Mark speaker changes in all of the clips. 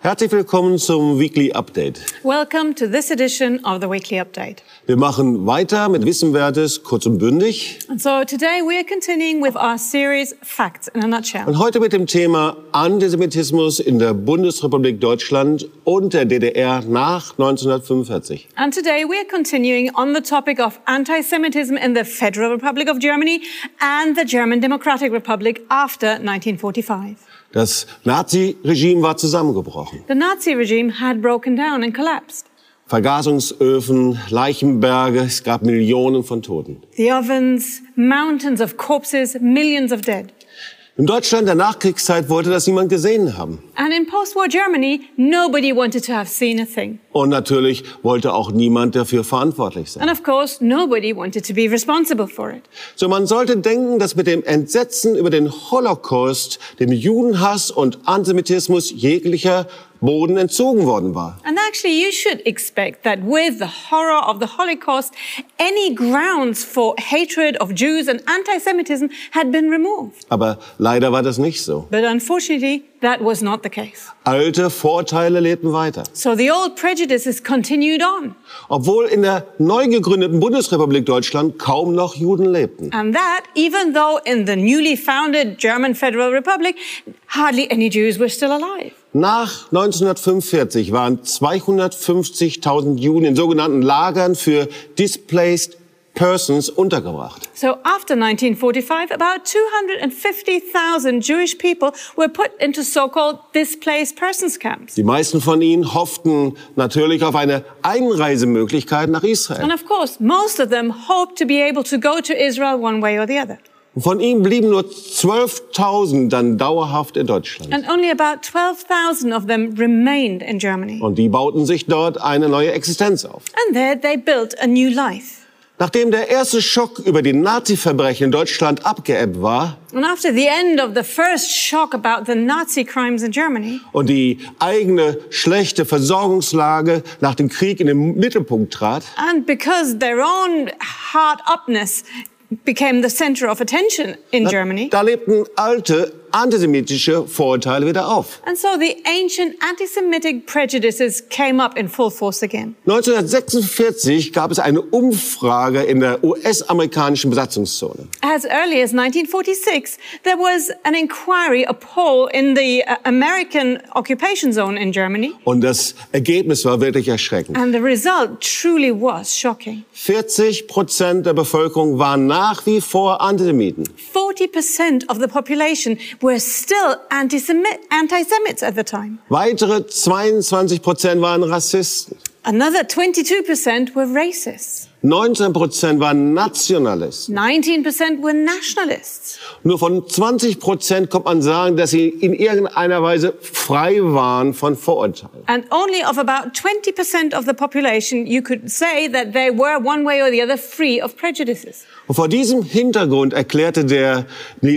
Speaker 1: Herzlich willkommen zum Weekly Update.
Speaker 2: Welcome to this edition of the Weekly Update.
Speaker 1: Wir machen weiter mit Wissenwertes, kurz und bündig.
Speaker 2: And so today we are continuing with our series Facts in a Nutshell.
Speaker 1: Und heute mit dem Thema Antisemitismus in der Bundesrepublik Deutschland und der DDR nach 1945.
Speaker 2: And today we are continuing on the topic of anti Semitism in the Federal Republic of Germany and the German Democratic Republic after 1945.
Speaker 1: Das Nazi-Regime war zusammengebrochen.
Speaker 2: The Nazi regime had broken down and collapsed.
Speaker 1: Vergasungsöfen, Leichenberge, es gab Millionen von Toten.
Speaker 2: The ovens, mountains of corpses, millions of dead.
Speaker 1: In Deutschland der Nachkriegszeit wollte das niemand gesehen haben.
Speaker 2: And in post war Germany, nobody wanted to have seen a thing.
Speaker 1: Und natürlich wollte auch niemand dafür verantwortlich sein.
Speaker 2: And of course, nobody wanted to be responsible for it.
Speaker 1: So man sollte denken, dass mit dem Entsetzen über den Holocaust, dem Judenhass und Antisemitismus jeglicher Boden entzogen worden war.
Speaker 2: And actually, you should expect that with the horror of the Holocaust, any grounds for hatred of Jews and anti Semitism had been removed.
Speaker 1: Aber leider war das nicht so.
Speaker 2: But unfortunately, that was not the case.
Speaker 1: Alte Vorteile lebten weiter.
Speaker 2: So the old prejudices continued on,
Speaker 1: Obwohl in der neu gegründeten Bundesrepublik Deutschland kaum noch Juden lebten.
Speaker 2: and that even though in the newly founded German Federal Republic, hardly any Jews were still alive.
Speaker 1: Nach 1945 waren 250.000 Juden in sogenannten Lagern für Displaced Persons untergebracht.
Speaker 2: So after 1945, about 250,000 Jewish people were put into so-called displaced persons camps.
Speaker 1: Die meisten von ihnen hofften natürlich auf eine Einreisemöglichkeit nach Israel.
Speaker 2: And of course, most of them hoped to be able to go to Israel one way or the other.
Speaker 1: Von ihnen blieben nur 12.000 dann dauerhaft in Deutschland.
Speaker 2: And only about 12,000 of them remained in Germany.
Speaker 1: Und die bauten sich dort eine neue Existenz auf.
Speaker 2: And there they built a new life.
Speaker 1: Nachdem der erste Schock über die Nazi-Verbrechen in Deutschland abgeebbt war
Speaker 2: And after the end of the first shock about the Nazi crimes in Germany,
Speaker 1: und die eigene schlechte Versorgungslage nach dem Krieg in den Mittelpunkt trat,
Speaker 2: and because their own hard upness became the center of attention in Germany,
Speaker 1: da lebten alte antisemitische Vorurteile wieder auf.
Speaker 2: and so the ancient anti Semitic prejudices came up in full force again.
Speaker 1: 1946 gab es eine Umfrage in der US-amerikanischen Besatzungszone.
Speaker 2: As early as 1946, there was an inquiry, a poll in the uh, American occupation zone in Germany,
Speaker 1: Und das Ergebnis war wirklich erschreckend.
Speaker 2: and the result truly was shocking.
Speaker 1: 40 Prozent der Bevölkerung waren nach wie vor Antisemiten.
Speaker 2: 40% of the population were still anti-Semi- anti-Semites at the time.
Speaker 1: Weitere 22 Prozent waren Rassisten.
Speaker 2: Another 22% were racists.
Speaker 1: 19 Prozent waren Nationalisten.
Speaker 2: 19% were nationalists.
Speaker 1: Nur von 20 Prozent kommt man sagen, dass sie in irgendeiner Weise frei waren von Vorurteilen.
Speaker 2: And only of about 20% of the population you could say that they were one way or the other free of prejudices.
Speaker 1: Und vor diesem Hintergrund erklärte der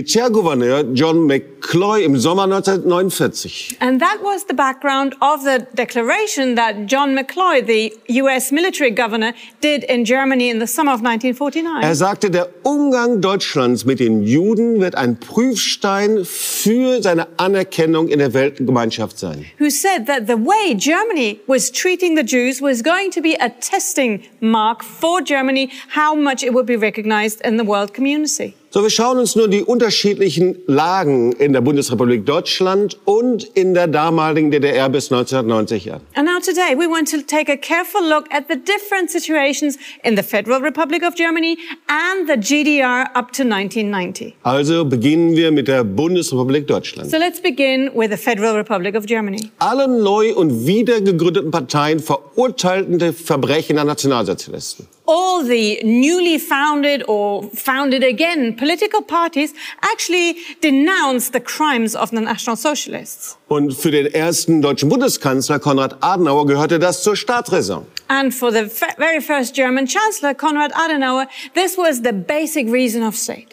Speaker 1: Militärgouverneur John McCloy im Sommer 1949,
Speaker 2: And that was the background of the declaration that John McCloy, the US military governor, did in Germany in the summer of 1949.
Speaker 1: er sagte, der Umgang Deutschlands mit den Juden wird ein Prüfstein für seine Anerkennung in der Weltgemeinschaft sein.
Speaker 2: who said that the way Germany was treating the Jews was going to be a testing mark for Germany how much it would be recognized in the world community.
Speaker 1: So, wir schauen uns nun die unterschiedlichen Lagen in der Bundesrepublik Deutschland und in der damaligen DDR bis 1990 an.
Speaker 2: And now today we want to take a careful look at the different situations in the Federal Republic of Germany and the GDR up to 1990.
Speaker 1: Also beginnen wir mit der Bundesrepublik Deutschland.
Speaker 2: So let's begin with the Federal Republic of Germany.
Speaker 1: Alle neu und wiedergegründeten Parteien verurteilten die Verbrechen der Nationalsozialisten.
Speaker 2: all the newly founded or founded again political parties actually denounced the crimes of the National Socialists.
Speaker 1: Und für den ersten deutschen Bundeskanzler Konrad Adenauer gehörte das zur Staatsräson.
Speaker 2: And for the fe- very first German Chancellor, Konrad Adenauer, this was the basic reason of state.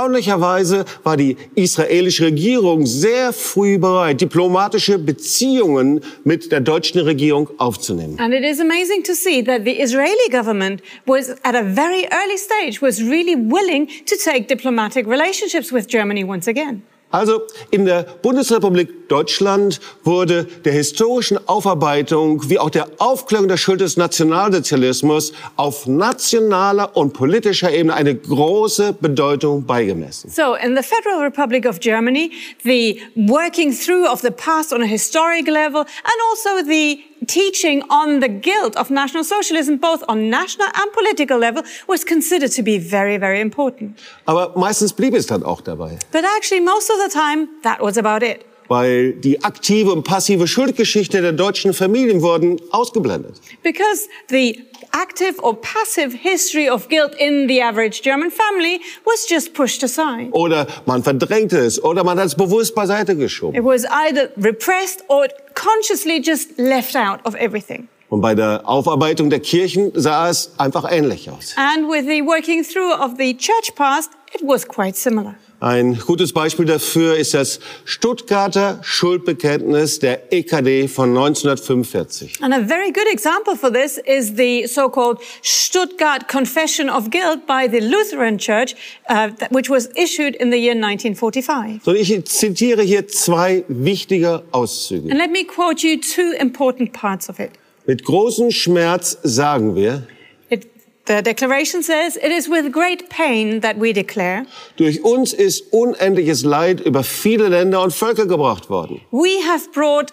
Speaker 1: Erstaunlicherweise war die israelische Regierung sehr früh bereit, diplomatische Beziehungen mit der deutschen Regierung aufzunehmen.
Speaker 2: And it is amazing to see that the Israeli government was at a very early stage, was really willing to take diplomatic relationships with Germany once again.
Speaker 1: Also in der Bundesrepublik Deutschland wurde der historischen Aufarbeitung wie auch der Aufklärung der Schuld des Nationalsozialismus auf nationaler und politischer Ebene eine große Bedeutung beigemessen.
Speaker 2: So, in the Federal Republic of Germany, the working through of the past on a historic level and also the teaching on the guilt of National Socialism, both on national and political level, was considered to be very, very important.
Speaker 1: Aber meistens blieb es dann auch dabei,
Speaker 2: But actually, most of the time, that was about it.
Speaker 1: weil die aktive und passive Schuldgeschichte der deutschen Familien wurden ausgeblendet.
Speaker 2: Because the active or passive history of guilt in the average German family was just pushed aside.
Speaker 1: Oder man verdrängte es oder man hat es bewusst beiseite geschoben.
Speaker 2: It was either repressed or consciously just left out of everything.
Speaker 1: Und bei der Aufarbeitung der Kirchen sah es einfach ähnlich aus.
Speaker 2: And with the working through of the church past, it was quite similar.
Speaker 1: Ein gutes Beispiel dafür ist das Stuttgarter Schuldbekenntnis der EKD von 1945.
Speaker 2: And a very good example for this is the so-called Stuttgart Confession of Guilt by the Lutheran Church, uh, that- which was issued in the year 1945.
Speaker 1: Und ich zitiere hier zwei wichtige Auszüge.
Speaker 2: And let me quote you two important parts of it.
Speaker 1: Mit großem Schmerz sagen wir,
Speaker 2: It, the declaration says, It is with great pain that we declare,
Speaker 1: durch uns ist unendliches Leid über viele Länder und Völker gebracht worden.
Speaker 2: we have brought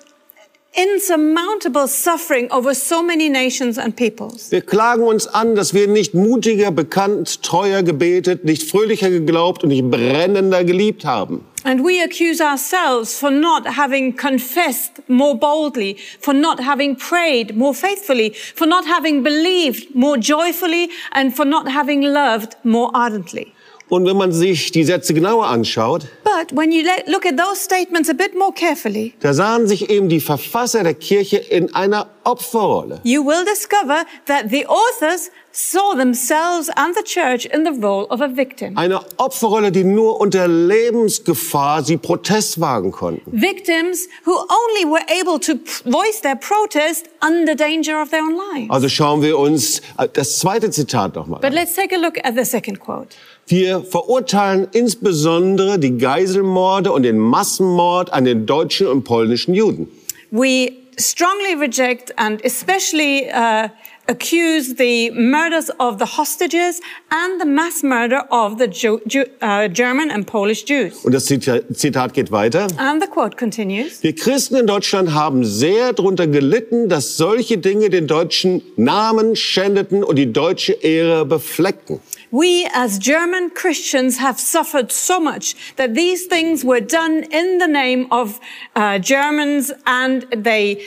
Speaker 2: insurmountable suffering over so many nations and peoples.
Speaker 1: Wir klagen uns an, dass wir nicht mutiger, bekannt, treuer gebetet, nicht fröhlicher geglaubt und nicht brennender geliebt haben.
Speaker 2: And we accuse ourselves for not having confessed more boldly, for not having prayed more faithfully, for not having believed more joyfully, and for not having loved more ardently.
Speaker 1: Und wenn man sich die Sätze genauer anschaut,
Speaker 2: But when you let, look at those statements a bit more carefully,
Speaker 1: Da sahen sich eben die Verfasser der Kirche in einer Opferrolle.
Speaker 2: you will discover that the authors saw themselves and the church in the role of a victim.
Speaker 1: Eine Opferrolle, die nur unter Lebensgefahr sie Protest wagen konnten.
Speaker 2: Victims who only were able to p- voice their protest under danger of their own lives.
Speaker 1: Also schauen wir uns äh, das zweite Zitat nochmal
Speaker 2: But
Speaker 1: an.
Speaker 2: let's take a look at the second quote.
Speaker 1: Wir verurteilen insbesondere die Geiselmorde und den Massenmord an den deutschen und polnischen Juden.
Speaker 2: We strongly reject and especially uh, accuse the murders of the hostages and the mass murder of the Ju- Ju- uh, German and Polish Jews.
Speaker 1: Und das Zita- Zitat geht weiter.
Speaker 2: And the quote continues.
Speaker 1: Wir Christen in Deutschland haben sehr darunter gelitten, dass solche Dinge den deutschen Namen schändeten und die deutsche Ehre befleckten.
Speaker 2: We as German Christians have suffered so much that these things were done in the name of uh, Germans and they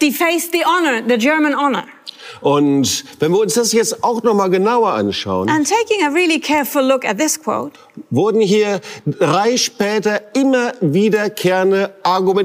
Speaker 2: defaced the honor, the German honor.
Speaker 1: Und wenn wir uns das jetzt auch noch mal genauer anschauen,
Speaker 2: And taking a really careful look at this quote,
Speaker 1: wurden hier drei später immer wiederkehrende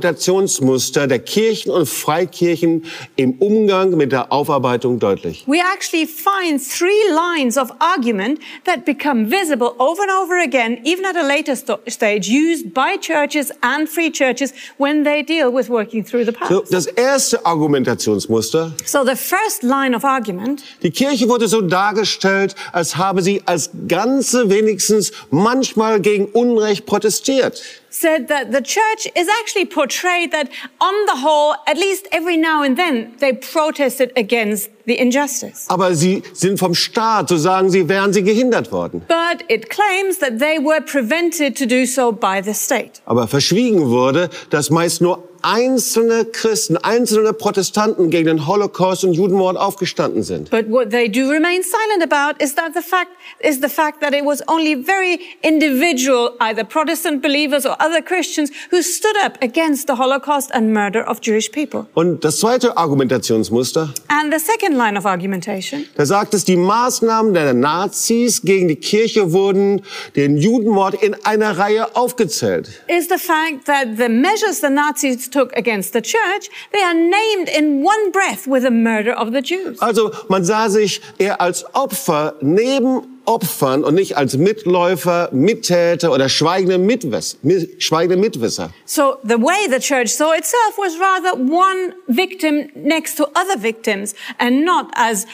Speaker 1: Argumentationsmuster der Kirchen und Freikirchen im Umgang mit der Aufarbeitung deutlich.
Speaker 2: we actually find three lines of argument that become visible over and over again, even at a later sto- stage, used by churches and free churches when they deal with working through the past.
Speaker 1: So,
Speaker 2: So,
Speaker 1: das erste Argumentationsmuster,
Speaker 2: the first line of argument
Speaker 1: die Kirche wurde so dargestellt, als habe sie als Ganze wenigstens manchmal gegen Unrecht protestiert.
Speaker 2: said that the church is actually portrayed that on the whole, at least every now and then, they protested against the injustice.
Speaker 1: Aber sie sind vom Staat, so sagen sie, wären sie gehindert worden.
Speaker 2: But it claims that they were prevented to do so by the state.
Speaker 1: aber verschwiegen wurde, dass meist nur einzelne Christen, einzelne Protestanten gegen den Holocaust und Judenmord aufgestanden sind.
Speaker 2: But what they do remain silent about is that the fact is the fact that it was only very individual, either Protestant believers or other Christians, who stood up against the Holocaust and murder of Jewish people.
Speaker 1: Und das zweite Argumentationsmuster,
Speaker 2: And the second line of argumentation
Speaker 1: da sagt es, die Maßnahmen der Nazis gegen die Kirche wurden den Judenmord in einer Reihe aufgezählt.
Speaker 2: is the fact that the measures the Nazis took against the church, they are named in one breath with the murder of the Jews.
Speaker 1: Also man sah sich eher als Opfer neben Opfern und nicht als Mitläufer, Mittäter oder schweigende, Mitwiss mit, schweigende Mitwisser.
Speaker 2: So the way the church saw itself was rather one victim next to other victims and not as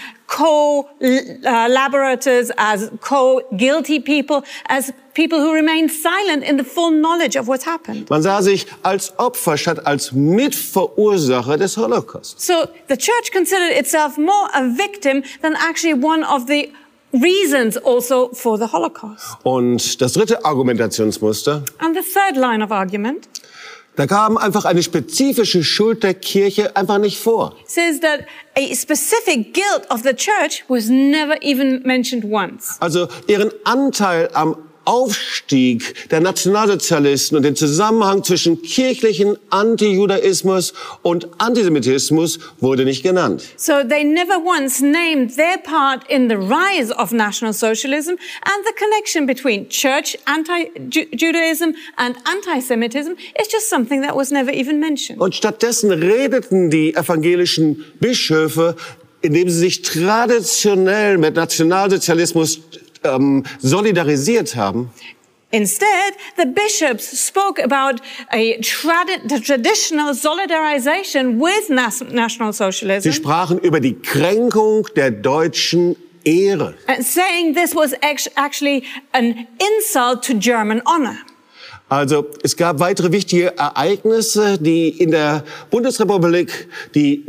Speaker 2: co-laborators, as co-guilty people, as people who remained silent in the full knowledge of what's happened.
Speaker 1: Man sah sich als Opfer statt als Mitverursacher des Holocaust.
Speaker 2: So the church considered itself more a victim than actually one of the reasons also for the Holocaust.
Speaker 1: Und das dritte Argumentationsmuster,
Speaker 2: And the third line of argument
Speaker 1: da kam einfach eine spezifische Schuld der Kirche einfach nicht vor.
Speaker 2: says that a specific guilt of the church was never even mentioned once.
Speaker 1: Also ihren Anteil am Aufstieg der Nationalsozialisten und den Zusammenhang zwischen kirchlichen Antijudaismus und Antisemitismus wurde nicht genannt.
Speaker 2: So they never once named their part in the rise of National Socialism and the connection between church anti-Judaism and anti-Semitism is just something that was never even mentioned.
Speaker 1: Und stattdessen redeten die evangelischen Bischöfe, indem sie sich traditionell mit Nationalsozialismus ähm, solidarisiert haben,
Speaker 2: Instead, the bishops spoke about a trad- the traditional solidarization with nas- National
Speaker 1: Sie
Speaker 2: Socialism
Speaker 1: sprachen über die Kränkung der deutschen Ehre.
Speaker 2: and saying this was act- actually an insult to German honor.
Speaker 1: Also es gab weitere wichtige Ereignisse, die in der Bundesrepublik die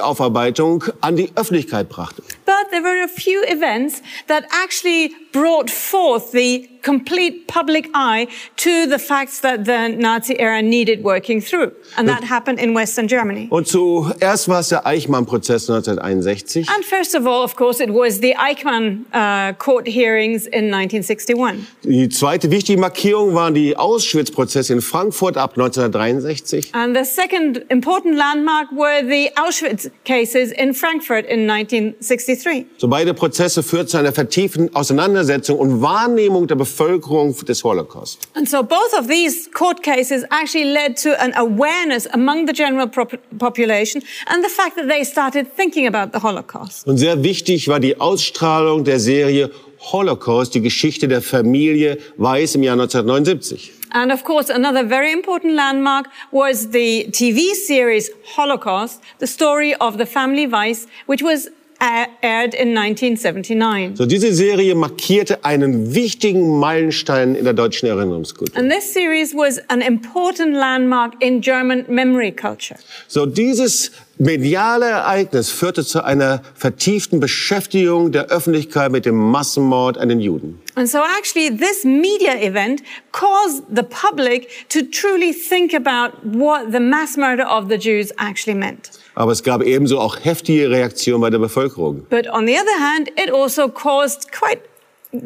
Speaker 1: Nazi-Aufarbeitung an die Öffentlichkeit brachten.
Speaker 2: But there were a few events that actually brought forth the complete public eye to the facts that the Nazi era needed working through. And that happened in Western Germany.
Speaker 1: Und zuerst war es der Eichmann-Prozess 1961.
Speaker 2: And first of all, of course, it was the Eichmann uh, court hearings in 1961.
Speaker 1: Die zweite wichtige Markierung waren die Auschwitz-Prozesse in Frankfurt ab 1963.
Speaker 2: And the second important landmark were the Auschwitz cases in Frankfurt in 1963.
Speaker 1: So beide Prozesse führten zu einer vertieften Auseinandersetzung und Wahrnehmung der Bevölkerung des Holocaust.
Speaker 2: And so both of these court cases actually led to an awareness among the general prop- population and the fact that they started thinking about the Holocaust.
Speaker 1: Und sehr wichtig war die Ausstrahlung der Serie Holocaust, die Geschichte der Familie Weiß im Jahr 1979.
Speaker 2: And of course, another very important landmark was the TV series Holocaust, the story of the family Weiss, which was uh, aired in 1979.
Speaker 1: So diese Serie markierte einen wichtigen Meilenstein in der deutschen Erinnerungskultur.
Speaker 2: And this series was an important landmark in German memory culture.
Speaker 1: So dieses mediale Ereignis führte zu einer vertieften Beschäftigung der Öffentlichkeit mit dem Massenmord an den Juden.
Speaker 2: And so actually this media event caused the public to truly think about what the mass murder of the Jews actually meant.
Speaker 1: Aber es gab ebenso auch heftige Reaktionen bei der Bevölkerung.
Speaker 2: But on the other hand, it also caused quite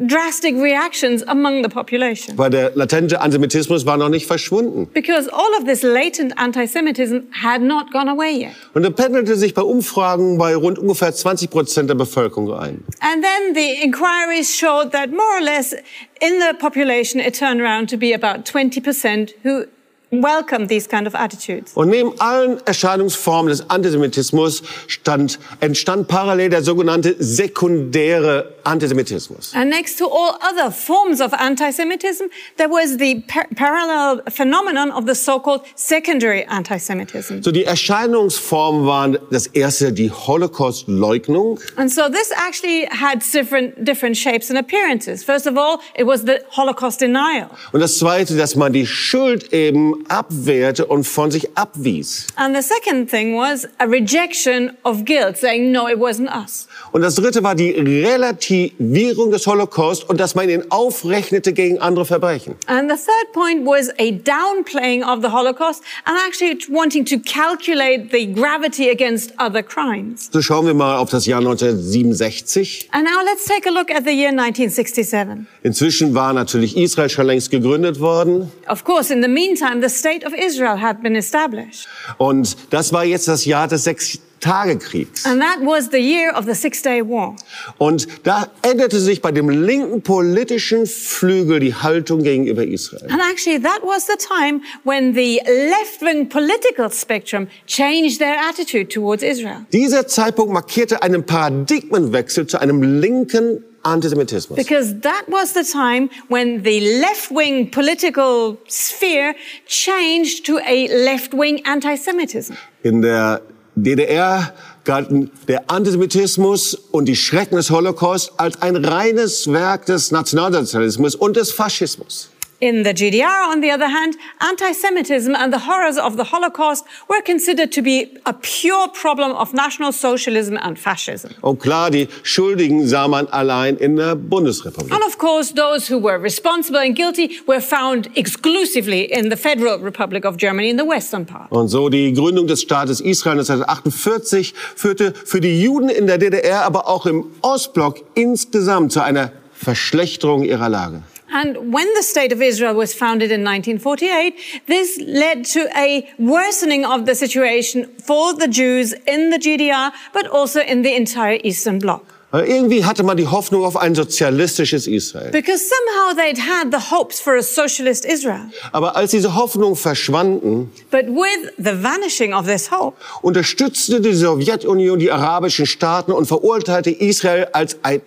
Speaker 2: drastic reactions among the population.
Speaker 1: Weil der latente Antisemitismus war noch nicht verschwunden.
Speaker 2: Because all of this latent anti-Semitism had not gone away yet.
Speaker 1: Und er pendelte sich bei Umfragen bei rund ungefähr 20 Prozent der Bevölkerung ein.
Speaker 2: And then the inquiries showed that more or less in the population, it turned around to be about 20% who welcomed these kind of attitudes.
Speaker 1: Und neben allen Erscheinungsformen des Antisemitismus stand, entstand parallel der sogenannte sekundäre Antisemitismus.
Speaker 2: And next to all other forms of anti-Semitism, there was the par- parallel phenomenon of the so-called secondary anti-Semitism.
Speaker 1: So die Erscheinungsformen waren das erste die Holocaust-Leugnung,
Speaker 2: And so this actually had different, different shapes and appearances. First of all, it was the Holocaust denial.
Speaker 1: und das zweite, dass man die Schuld eben abwehrte und von sich abwies.
Speaker 2: And the second thing was a rejection of guilt, saying, no, it wasn't us.
Speaker 1: Und das dritte war die Relativierung des Holocaust und dass man ihn aufrechnete gegen andere Verbrechen.
Speaker 2: And the third point was a downplaying of the Holocaust and actually wanting to calculate the gravity against other crimes.
Speaker 1: So schauen wir mal auf das Jahr 1967.
Speaker 2: And now let's take a look at the year 1967.
Speaker 1: Inzwischen war natürlich Israel schon längst gegründet worden.
Speaker 2: Of course, in the meantime, the state of Israel had been established.
Speaker 1: Und das war jetzt das Jahr des Sechstagekriegs.
Speaker 2: And that was the year of the Six Day War.
Speaker 1: Und da änderte sich bei dem linken politischen Flügel die Haltung gegenüber Israel.
Speaker 2: And actually, that was the time when the left wing political spectrum changed their attitude towards Israel.
Speaker 1: Dieser Zeitpunkt markierte einen Paradigmenwechsel zu einem linken Antisemitismus.
Speaker 2: Because that was the time when the left wing political sphere changed to a left wing anti Semitism.
Speaker 1: In der DDR galten der Antisemitismus und die Schrecken des Holocaust als ein reines Werk des Nationalsozialismus und des Faschismus.
Speaker 2: In the GDR, on the other hand, anti Semitism and the horrors of the Holocaust were considered to be a pure problem of National Socialism and fascism.
Speaker 1: Und klar, die Schuldigen sah man allein in der Bundesrepublik.
Speaker 2: And of course, those who were responsible and guilty were found exclusively in the Federal Republic of Germany in the western part.
Speaker 1: Und so die Gründung des Staates Israel 1948 führte für die Juden in der DDR, aber auch im Ostblock insgesamt zu einer Verschlechterung ihrer Lage.
Speaker 2: And when the state of Israel was founded in 1948, this led to a worsening of the situation for the Jews in the GDR, but also in the entire Eastern Bloc.
Speaker 1: Aber irgendwie hatte man die Hoffnung auf ein sozialistisches Israel.
Speaker 2: Because somehow they'd had the hopes for a socialist Israel.
Speaker 1: Aber als diese Hoffnung verschwanden,
Speaker 2: But with the vanishing of this hope,
Speaker 1: unterstützte die Sowjetunion die arabischen Staaten und verurteilte Israel als einen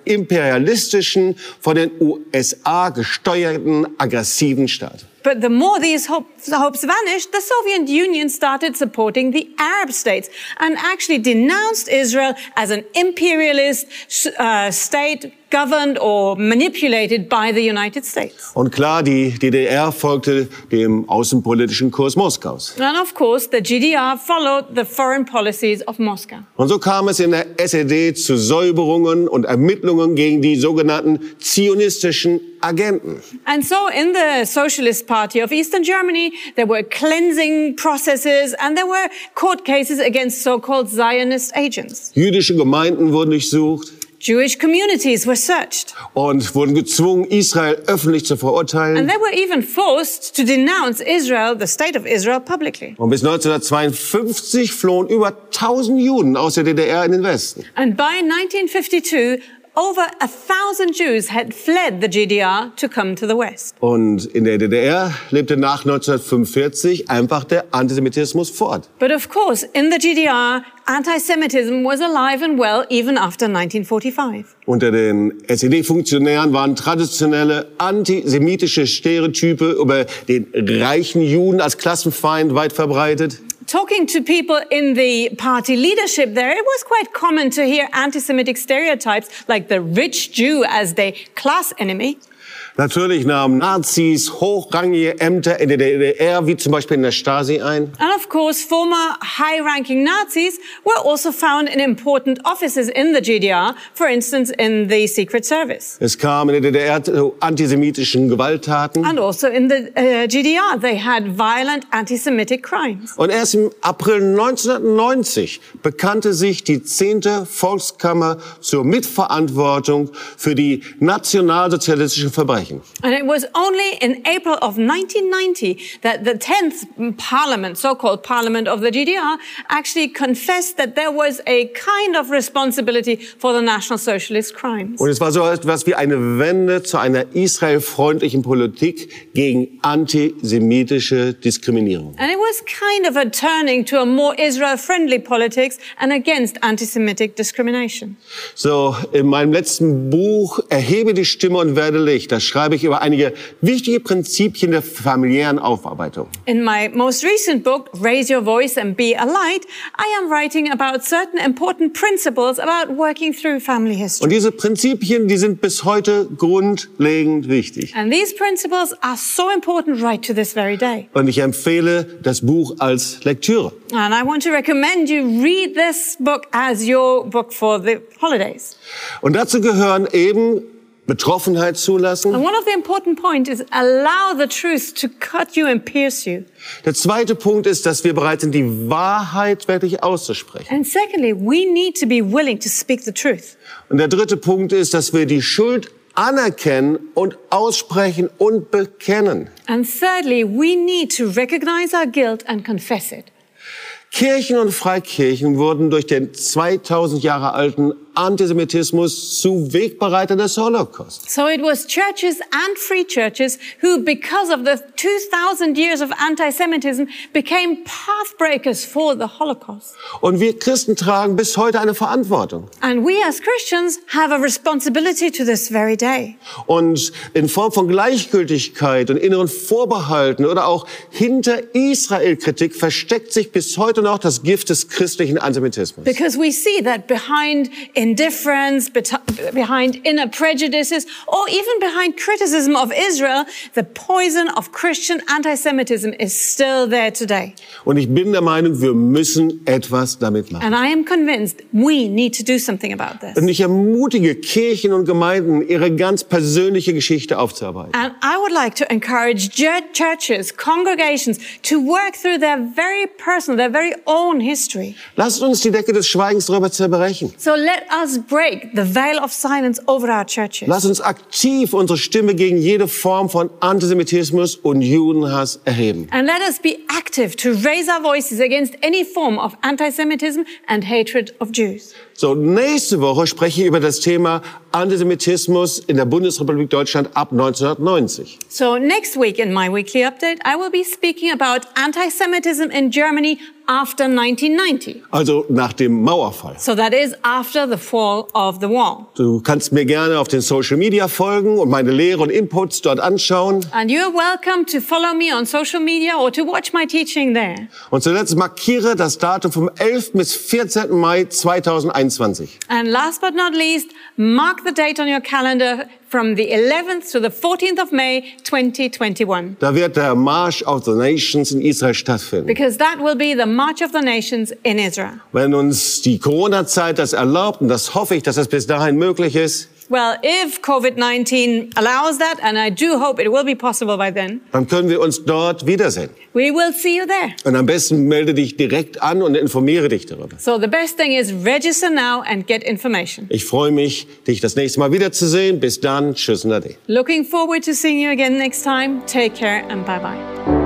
Speaker 1: imperialistischen, von den USA gesteuerten, aggressiven Staat.
Speaker 2: but the more these hopes, the hopes vanished, the Soviet Union started supporting the Arab states and actually denounced Israel as an imperialist uh, state governed or manipulated by the United States.
Speaker 1: Und klar, die DDR folgte dem außenpolitischen Kurs Moskaus.
Speaker 2: And of course, the GDR followed the foreign policies of Moscow.
Speaker 1: Und so kam es in der SED zu Säuberungen und Ermittlungen gegen die sogenannten zionistischen Agenten.
Speaker 2: And so in the Socialist Party of Eastern Germany, there were cleansing processes and there were court cases against so-called Zionist agents.
Speaker 1: Jüdische Gemeinden wurden durchsucht
Speaker 2: Jewish communities were searched
Speaker 1: und wurden gezwungen, Israel öffentlich zu verurteilen.
Speaker 2: and they were even forced to denounce Israel, the state of Israel, publicly.
Speaker 1: Und bis 1952 flohen über 1000 Juden aus der DDR in den Westen.
Speaker 2: And by 1952, over a thousand Jews had fled the GDR to come to the West.
Speaker 1: Und in der DDR lebte nach 1945 einfach der Antisemitismus fort.
Speaker 2: But of course, in the GDR, anti Semitism was alive and well even after 1945.
Speaker 1: Unter den SED-Funktionären waren traditionelle antisemitische Stereotype über den reichen Juden als Klassenfeind weit verbreitet.
Speaker 2: Talking to people in the party leadership there, it was quite common to hear anti Semitic stereotypes like the rich Jew as the class enemy.
Speaker 1: Natürlich nahmen Nazis hochrangige Ämter in der DDR, wie zum Beispiel in der Stasi, ein.
Speaker 2: And of course, former high ranking Nazis were also found in important offices in the GDR, for instance, in the Secret Service.
Speaker 1: Es kam in der DDR zu antisemitischen Gewalttaten.
Speaker 2: And also in the uh, GDR, they had violent anti Semitic crimes.
Speaker 1: Und erst im April 1990 bekannte sich die 10. Volkskammer zur Mitverantwortung für die nationalsozialistischen Verbrechen.
Speaker 2: And it was only in April of 1990 that the 10th parliament, so-called parliament of the GDR, actually confessed that there was a kind of responsibility for the National Socialist crimes.
Speaker 1: Und es war so etwas wie eine Wende zu einer israelfreundlichen Politik gegen antisemitische Diskriminierung.
Speaker 2: And it was kind of a turning to a more Israel-friendly politics and against anti-Semitic discrimination.
Speaker 1: So, in meinem letzten Buch Erhebe die Stimme und werde Licht, da schreibe ich über einige wichtige Prinzipien der familiären Aufarbeitung.
Speaker 2: In my most recent book, Raise Your Voice and Be a Light, I am writing about certain important principles about working through family history.
Speaker 1: Und diese Prinzipien, die sind bis heute grundlegend wichtig.
Speaker 2: And these principles are so important right to this very day.
Speaker 1: Und ich empfehle das Buch als Lektüre.
Speaker 2: And I want to recommend you read this book as your book for the holidays.
Speaker 1: Und dazu gehören eben Betroffenheit zulassen.
Speaker 2: And one of the important points is allow the truth to cut you and pierce you.
Speaker 1: Der zweite Punkt ist, dass wir bereit sind, die Wahrheit wirklich auszusprechen.
Speaker 2: And secondly, we need to be willing to speak the truth.
Speaker 1: Und der dritte Punkt ist, dass wir die Schuld anerkennen und aussprechen und bekennen.
Speaker 2: And thirdly, we need to recognize our guilt and confess it.
Speaker 1: Kirchen und Freikirchen wurden durch den 2000 Jahre alten Antisemitismus zu Wegbereiter des Holocaust.
Speaker 2: So it was churches and free churches who, because of the 2,000 years of anti-Semitism became pathbreakers for the Holocaust.
Speaker 1: Und wir Christen tragen bis heute eine Verantwortung.
Speaker 2: And we as Christians have a responsibility to this very day.
Speaker 1: Und in Form von Gleichgültigkeit und inneren Vorbehalten oder auch hinter Israel-Kritik versteckt sich bis heute noch das Gift des christlichen Antisemitismus.
Speaker 2: Because we see that behind indifference, bet- behind inner prejudices, or even behind criticism of Israel, the poison of Christian anti Semitism is still there today.
Speaker 1: Und ich bin der Meinung, wir müssen etwas damit machen.
Speaker 2: And I am convinced we need to do something about this.
Speaker 1: Und ich ermutige Kirchen und Gemeinden, ihre ganz persönliche Geschichte aufzuarbeiten.
Speaker 2: And I would like to encourage ju- churches, congregations to work through their very personal, their very own history.
Speaker 1: Lasst uns die Decke des Schweigens darüber zerbrechen.
Speaker 2: So let us break the veil of silence over our churches.
Speaker 1: Lasst uns aktiv unsere Stimme gegen jede Form von Antisemitismus und Judenhass erheben.
Speaker 2: And let us be active to raise our voices against any form of anti Semitism and hatred of Jews.
Speaker 1: So, nächste Woche spreche ich über das Thema Antisemitismus in der Bundesrepublik Deutschland ab 1990.
Speaker 2: So, next week in my weekly update, I will be speaking about anti Semitism in Germany after 1990.
Speaker 1: Also nach dem Mauerfall.
Speaker 2: So, that is after the fall of the wall.
Speaker 1: Du kannst mir gerne auf den Social Media folgen und meine Lehre und Inputs dort anschauen.
Speaker 2: And you're welcome to follow me on social media or to watch my teaching there.
Speaker 1: Und zuletzt markiere das Datum vom 11. bis 14. Mai 2021.
Speaker 2: And last but not least, mark the date on your calendar from the 11th to the 14th of May 2021.
Speaker 1: Da wird der March of the Nations in Israel stattfinden.
Speaker 2: because that will be the March of the Nations in Israel.
Speaker 1: Wenn uns die Corona-Zeit das erlaubt, und das hoffe ich, dass es bis dahin möglich ist,
Speaker 2: Well, if COVID 19 allows that, and I do hope it will be possible by then,
Speaker 1: dann können wir uns dort wiedersehen.
Speaker 2: we will see you there.
Speaker 1: Und am besten melde dich direkt an und informiere dich darüber.
Speaker 2: So the best thing is register now and get information.
Speaker 1: Ich freue mich, dich das nächste Mal wiederzusehen. Bis dann. Tschüss und Ade.
Speaker 2: Looking forward to seeing you again next time. Take care and bye bye.